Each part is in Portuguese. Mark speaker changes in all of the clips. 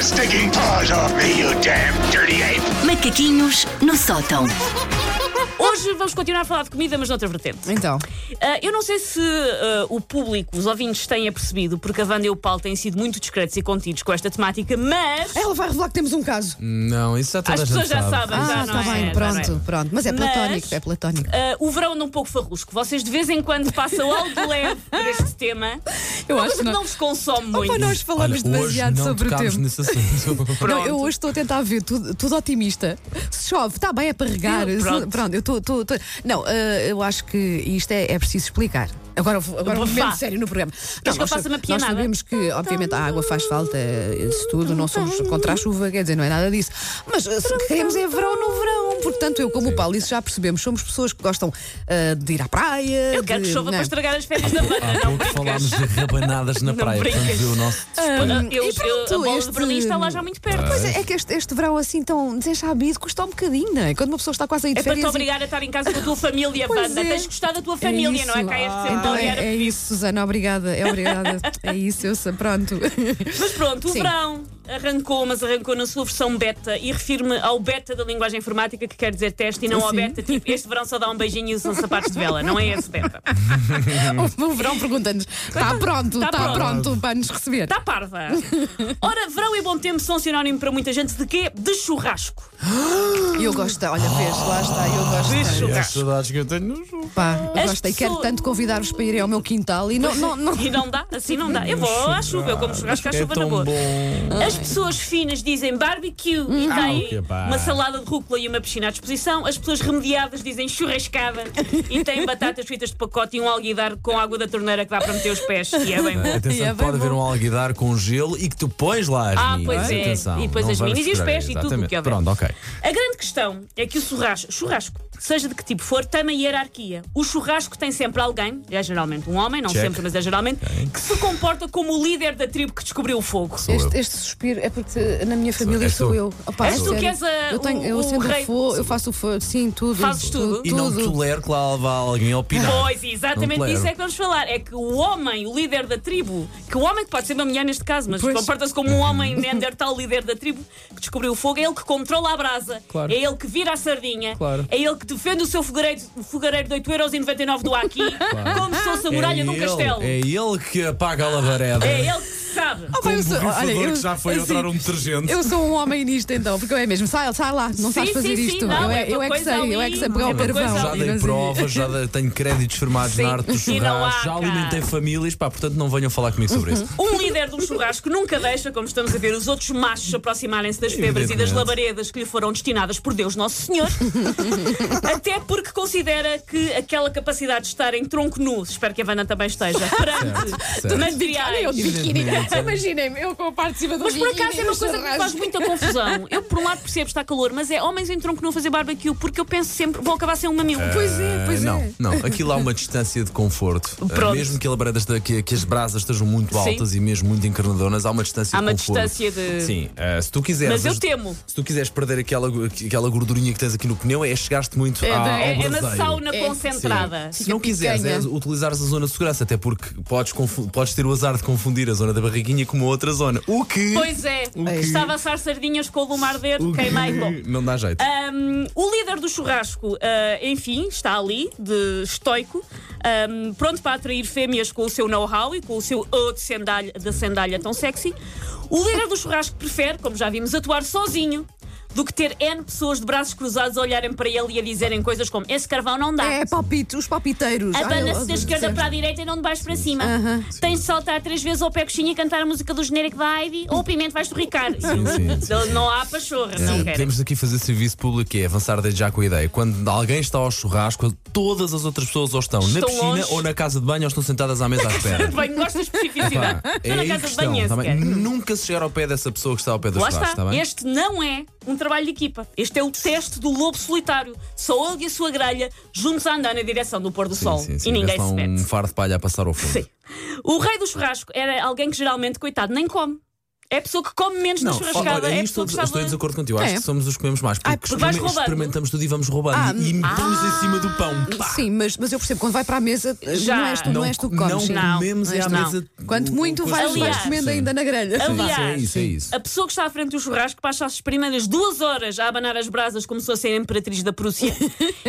Speaker 1: stinking paws off me, you damn dirty ape!
Speaker 2: Macaquinhos no sótão.
Speaker 3: Hoje vamos continuar a falar de comida, mas noutra vertente.
Speaker 4: Então,
Speaker 3: Ah, eu não sei se ah, o público, os ouvintes, têm apercebido, porque a Wanda e o Paulo têm sido muito discretos e contidos com esta temática, mas
Speaker 4: ela vai revelar que temos um caso.
Speaker 5: Não, isso já toda
Speaker 3: as
Speaker 5: a gente
Speaker 3: pessoas já
Speaker 5: sabe.
Speaker 3: sabem. já não
Speaker 4: Ah, tá
Speaker 3: é, já não
Speaker 4: bem,
Speaker 3: é.
Speaker 4: pronto, pronto. Mas é
Speaker 3: Mas-
Speaker 4: platónico, é platónico.
Speaker 3: Ah, o verão anda um pouco farrusco. Vocês de vez em quando passam ao de leve por este tema.
Speaker 4: Eu
Speaker 3: Mas não vos consome muito.
Speaker 4: Opa, nós falamos
Speaker 5: Olha,
Speaker 4: demasiado
Speaker 5: hoje não
Speaker 4: sobre o
Speaker 5: tocámos
Speaker 4: tempo.
Speaker 5: nesse assunto.
Speaker 4: Não, eu hoje estou a tentar ver tudo, tudo otimista. Se chove, está bem, é para regar.
Speaker 3: Eu-
Speaker 4: Se-
Speaker 3: pronto.
Speaker 4: pronto. eu estou. estou- estou- Não, eh, eu acho que isto é, é preciso explicar. Agora, agora um
Speaker 3: Vá.
Speaker 4: momento sério no programa.
Speaker 3: que eu faça uma
Speaker 4: nós
Speaker 3: pianada?
Speaker 4: sabemos que, obviamente, a água faz falta, isso tudo, não somos contra a chuva, quer dizer, não é nada disso. Mas eh, se queremos é verão no verão. Portanto, eu, como o Paulo, isso já percebemos, somos pessoas que gostam eh, de ir à praia.
Speaker 3: Eu quero que
Speaker 4: de-
Speaker 3: chova
Speaker 4: não
Speaker 3: para
Speaker 4: é?
Speaker 3: estragar as férias da Wanda.
Speaker 5: Há pouco falámos de rabanadas na
Speaker 3: Não Ah,
Speaker 5: praia,
Speaker 3: brincas.
Speaker 5: portanto, o nosso
Speaker 3: Eu- eu-
Speaker 4: Hum, e pronto,
Speaker 3: a bola de
Speaker 4: este-
Speaker 3: Berlim está lá já muito perto.
Speaker 4: Pois é, é que este, este verão assim tão desenchabido custa um bocadinho, não é? Quando uma pessoa está quase aí de
Speaker 3: É para te
Speaker 4: férias. e-
Speaker 3: obrigar a estar em casa com a tua família,
Speaker 4: Pois
Speaker 3: Wanda.
Speaker 4: é.
Speaker 3: Tens de gostar da tua família, não é?
Speaker 4: isso.
Speaker 3: Cá é sempre
Speaker 4: Então é,
Speaker 3: obrigar a
Speaker 4: é isso, Susana, obrigada. É obrigada. é isso, eu sei, pronto.
Speaker 3: Mas pronto, o
Speaker 4: Sim.
Speaker 3: verão arrancou, mas arrancou na sua versão beta e refiro-me ao beta da linguagem informática que quer dizer teste e não ao
Speaker 4: Sim.
Speaker 3: beta tipo este verão só dá um beijinho e são sapatos de vela. Não é esse beta.
Speaker 4: O, o um verão pergunta-nos: está pronto,
Speaker 3: Tá
Speaker 4: está
Speaker 3: pronto. Tá.
Speaker 4: pronto. para nos receber.
Speaker 3: Está parva! Ora, verão e bom tempo são sinónimo para muita gente de quê? De churrasco.
Speaker 4: Eu gosto, olha, vês, lá está, eu
Speaker 3: Bicho.
Speaker 4: gosto.
Speaker 5: E as saudades que eu tenho no jogo.
Speaker 4: Pá, eu
Speaker 3: As
Speaker 4: gosto e quero
Speaker 3: pessoas-
Speaker 4: tanto convidar-vos para irem ao meu quintal e não. não, não...
Speaker 3: E não dá, assim não dá. Eu vou à chuva, eu como churrasco à
Speaker 5: é
Speaker 3: chuva na
Speaker 5: tão
Speaker 3: boa.
Speaker 5: bom.
Speaker 3: As pessoas finas dizem barbecue e
Speaker 5: Ah,
Speaker 3: têm
Speaker 5: ok, pá.
Speaker 3: uma salada de rúcula e uma piscina à disposição. As pessoas remediadas dizem churrascada e têm batatas fritas de pacote e um alguidar com água da torneira que dá para meter os pés. E é bem bom.
Speaker 5: Atenção,
Speaker 4: É bem
Speaker 5: pode haver
Speaker 4: bom.
Speaker 5: um alguidar com gelo e que tu pões lá as
Speaker 3: Ah,
Speaker 5: minis.
Speaker 3: pois é.
Speaker 5: Atenção,
Speaker 3: E depois
Speaker 5: não
Speaker 3: as
Speaker 5: vamos
Speaker 3: minis e os
Speaker 5: esperar,
Speaker 3: pés e tudo o
Speaker 5: exatamente.
Speaker 3: que houver.
Speaker 5: Pronto, ok.
Speaker 3: A grande questão é que o churrasco, churrasco, seja de que tipo for, tem uma hierarquia. O churrasco tem sempre alguém, é geralmente um homem, não
Speaker 5: Check.
Speaker 3: sempre, mas é geralmente, que se comporta como o líder da tribo que descobriu o fogo.
Speaker 5: Sou eu.
Speaker 4: Este, este suspiro é porque na minha família
Speaker 5: és
Speaker 4: sou,
Speaker 5: tu.
Speaker 4: eu. É Opa,
Speaker 3: És tu
Speaker 4: sério.
Speaker 3: que és a-
Speaker 4: eu tenho, eu
Speaker 3: o- o
Speaker 4: acendo
Speaker 3: rei.
Speaker 4: o fogo, eu faço o fogo, sim, tudo.
Speaker 3: Fazes tudo?
Speaker 5: E não tolero que lá vá alguém opinar.
Speaker 3: Pois, exatamente
Speaker 5: Não tolero.
Speaker 3: disso é que vamos falar. É que o homem, o líder da tribo, que o homem que pode ser uma mulher neste caso, mas
Speaker 4: Pois.
Speaker 3: comporta-se como um homem neandertal líder da tribo que descobriu o fogo, é ele que controla a brasa,
Speaker 5: Claro.
Speaker 3: é ele que vira a sardinha,
Speaker 5: Claro.
Speaker 3: é ele que defende o seu fogareiro, fogareiro de 8,99€ do Aqui, como se fosse a muralha
Speaker 5: é
Speaker 3: de um
Speaker 5: ele,
Speaker 3: castelo.
Speaker 5: É ele que apaga a labareda. um
Speaker 3: É ele que sabe.
Speaker 4: Opa, Ah, eu sou, olha, eu, assim,
Speaker 5: detergente.
Speaker 4: Eu sou um homem nisto então, porque eu é mesmo, sai, sai lá, não sabes
Speaker 3: Sim, sim,
Speaker 4: fazer
Speaker 3: sim,
Speaker 4: isto.
Speaker 3: não,
Speaker 4: eu,
Speaker 3: é
Speaker 4: é, eu
Speaker 3: uma
Speaker 4: é que
Speaker 3: coisa
Speaker 4: sei, eu é
Speaker 3: ali,
Speaker 4: que sei pegar
Speaker 3: é
Speaker 4: o
Speaker 3: uma coisa
Speaker 4: carvão.
Speaker 3: ali.
Speaker 5: Já
Speaker 4: e não sei-
Speaker 5: dei provas, já dei- tenho créditos firmados
Speaker 3: Sim.
Speaker 5: na arte
Speaker 3: E
Speaker 5: do
Speaker 3: não há
Speaker 5: churrasco, já
Speaker 3: cá.
Speaker 5: alimentei famílias, pá, portanto não venham falar comigo sobre isso.
Speaker 3: Um líder de um churrasco nunca deixa, como estamos a ver, os outros machos aproximarem-se das febras e das
Speaker 5: Evidentemente.
Speaker 3: labaredas que lhe foram destinadas por Deus Nosso Senhor. Até porque considera que aquela capacidade de estar em tronco nu, espero que a Vana também esteja, perante
Speaker 5: certo.
Speaker 4: Olha, eu
Speaker 3: materiais.
Speaker 4: de biquíni. Imaginem-me, eu com a parte de cima do
Speaker 3: Mas por acaso é uma coisa que me faz
Speaker 4: rasgo.
Speaker 3: muita confusão. Eu, por um lado, percebo que está calor, mas é homens em tronco nu a fazer barbecue, porque eu penso sempre, vou acabar sem um mamilo.
Speaker 4: Pois é, pois
Speaker 5: Eh, não,
Speaker 4: é.
Speaker 5: não, aquilo há uma distância de conforto. Eh,
Speaker 3: Pronto.
Speaker 5: Mesmo que, a labareda esta- que- que as brasas estejam muito
Speaker 3: Sim.
Speaker 5: altas e mesmo muito encarnadoras, há uma distância
Speaker 3: Há uma
Speaker 5: de conforto.
Speaker 3: distância de-
Speaker 5: Sim, eh, se tu quiseres.
Speaker 3: Mas eu temo.
Speaker 5: Se tu quiseres perder aquela, aquela gordurinha que tens aqui no pneu, é chegaste muito
Speaker 4: É,
Speaker 5: à- ao
Speaker 3: É, é na
Speaker 5: braseiro.
Speaker 3: sauna
Speaker 4: É.
Speaker 5: Sim.
Speaker 3: concentrada.
Speaker 5: Se
Speaker 4: Fica
Speaker 5: não quiseres
Speaker 4: picanha.
Speaker 5: é, utilizares a zona de segurança, até porque podes, confu- podes ter o azar de confundir a zona da barriguinha com uma outra zona. O que?
Speaker 3: Pois é, estava a assar sardinhas com o lume a arder,
Speaker 5: o que
Speaker 3: queimei. Bom,
Speaker 5: não dá jeito.
Speaker 3: Um, o líder do churrasco, uh, enfim, está ali, de estoico, um, pronto para atrair fêmeas com o seu know-how e com o seu oh de sandália, da sandália tão sexy. O líder do churrasco prefere, como já vimos, atuar sozinho do que ter N pessoas de braços cruzados a olharem para ele e a dizerem coisas como: Esse carvão não dá.
Speaker 4: É, palpitos, os palpiteiros. Ai,
Speaker 3: Abana-se
Speaker 4: eu-
Speaker 3: da esquerda para a direita e não de baixo para cima. Tens de saltar três vezes ao pé coxinha e cantar a música do genérico da Heidi ou o pimento vais-te ricar.
Speaker 5: sim,
Speaker 3: Não- Não há pachorra, não querem.
Speaker 5: Temos Eh, aqui fazer serviço público, que é avançar desde já com a ideia. Quando alguém está ao churrasco, todas as outras pessoas ou estão, na
Speaker 3: Estão
Speaker 5: piscina
Speaker 3: longe.
Speaker 5: ou na casa de banho ou estão sentadas à mesa à espera.
Speaker 3: Bem, gosto da especificidade.
Speaker 5: Pá,
Speaker 3: Não na
Speaker 5: aí
Speaker 3: casa de
Speaker 5: questão,
Speaker 3: banho, é
Speaker 5: tá bem?
Speaker 3: sequer.
Speaker 5: Nunca se chegar ao pé dessa pessoa que está ao pé do
Speaker 3: Lá
Speaker 5: churrasco,
Speaker 3: está.
Speaker 5: tá bem?
Speaker 3: este não é um trabalho de equipa. Este é o teste do lobo solitário. Só ele e a sua grelha juntos a andar na direção do pôr do sol.
Speaker 5: Sim, sim, sim.
Speaker 3: E ninguém
Speaker 5: Vê-se lá
Speaker 3: se mete.
Speaker 5: um fardo de palha a passar ao fundo.
Speaker 3: Sim. O rei do churrasco era alguém que geralmente, coitado, nem come. É a pessoa que come menos na churrascada. é
Speaker 5: olha, aí
Speaker 3: a pessoa
Speaker 5: estou,
Speaker 3: que
Speaker 5: estou
Speaker 3: estava...
Speaker 5: em desacordo contigo. Acho
Speaker 4: É.
Speaker 5: que somos os que comemos mais. Porque,
Speaker 4: Ah, porque
Speaker 3: vais
Speaker 5: experime-
Speaker 3: roubando.
Speaker 5: experimentamos tudo e vamos roubando.
Speaker 4: Ah,
Speaker 5: e metemos em cima do pão. Pá!
Speaker 4: Sim, mas, mas eu percebo, quando vai para a mesa,
Speaker 3: Já.
Speaker 4: não és tu, não, és tu que
Speaker 5: não
Speaker 4: comes. sim.
Speaker 5: comemos é à
Speaker 3: Não.
Speaker 5: mesa.
Speaker 4: Quanto
Speaker 5: o-
Speaker 4: muito
Speaker 5: o-
Speaker 4: vais,
Speaker 5: coisas.
Speaker 4: vais
Speaker 3: Aliás.
Speaker 4: comendo
Speaker 5: Sim.
Speaker 4: ainda na grelha.
Speaker 3: Aliás.
Speaker 5: Sim, é isso, é isso.
Speaker 3: A pessoa que está à frente do churrasco passa as primeiras duas horas a abanar as brasas como se fosse a imperatriz da Prússia,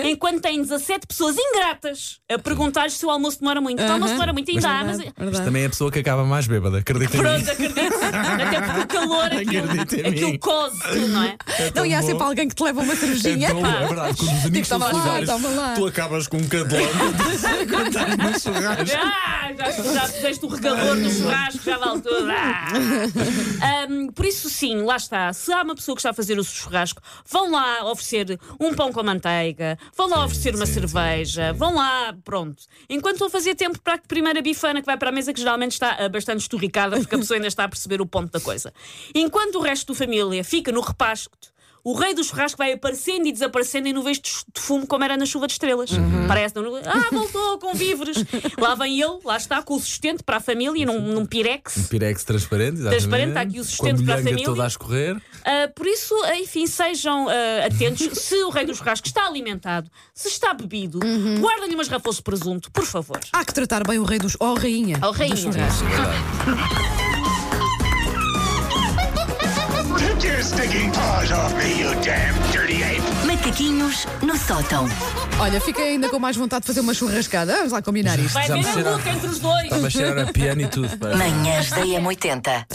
Speaker 3: enquanto tem 17 pessoas ingratas a perguntar se o almoço demora muito. Então, O almoço demora muito, ainda há, mas.
Speaker 4: Verdade,
Speaker 5: Mas
Speaker 4: verdade.
Speaker 5: também é a pessoa que acaba mais bêbada, acredita em mim.
Speaker 3: Pronto, acredito. Até porque o calor aquilo,
Speaker 5: Acredita em mim.
Speaker 3: aquilo cose tudo, não é?
Speaker 4: Não, e há
Speaker 5: bom.
Speaker 4: sempre alguém que te leva uma cervejinha.
Speaker 5: É, tão bom, é verdade, quando os amigos são
Speaker 4: Tipo, toma lá,
Speaker 5: solidários,
Speaker 4: toma lá.
Speaker 5: tu acabas com um candelão quando estás no churrasco.
Speaker 3: Ah, já, já fizeste o regador do churrasco, já vale tudo. Ah! Ahm, por isso, sim, lá está. Se há uma pessoa que está a fazer o churrasco, vão lá oferecer um pão com manteiga, vão lá oferecer uma cerveja, vão lá, pronto. Enquanto estão a fazer tempo para a primeira bifana que vai para a mesa, que geralmente está ah, bastante esturricada, porque a pessoa ainda está a perceber o ponto da coisa. Enquanto o resto da família fica no repasto. O rei do churrasco vai aparecendo e desaparecendo em nuvens de de fumo, como era na chuva de estrelas. Parece. não- Ah, voltou com víveres. lá vem ele, lá está, com o sustento para a família, num, num pirex.
Speaker 5: Pirex transparente, exatamente.
Speaker 3: Transparente, está aqui o sustento
Speaker 5: Com a
Speaker 3: para a
Speaker 5: molhanga
Speaker 3: família.
Speaker 5: toda a escorrer.
Speaker 3: Ah, por isso, ah, enfim, sejam ah, atentos. se o rei do churrasco está alimentado, se está bebido, guardem-lhe umas garrafas de presunto, por favor.
Speaker 4: Há que tratar bem o rei dos. Oh, rainha.
Speaker 3: Ao rainha.
Speaker 4: Dos churrascos.
Speaker 1: Take your stinking paws off me, you damn dirty ape!
Speaker 2: Macaquinhos no sótão.
Speaker 4: Olha, fiquei ainda com mais vontade de fazer uma churrascada. Vamos lá combinar isto.
Speaker 3: Vai
Speaker 5: Já me
Speaker 3: haver a
Speaker 5: cheira-
Speaker 3: luta entre os dois.
Speaker 5: Estava a cheirar a piano e tudo. pá.
Speaker 2: Manhãs da M80.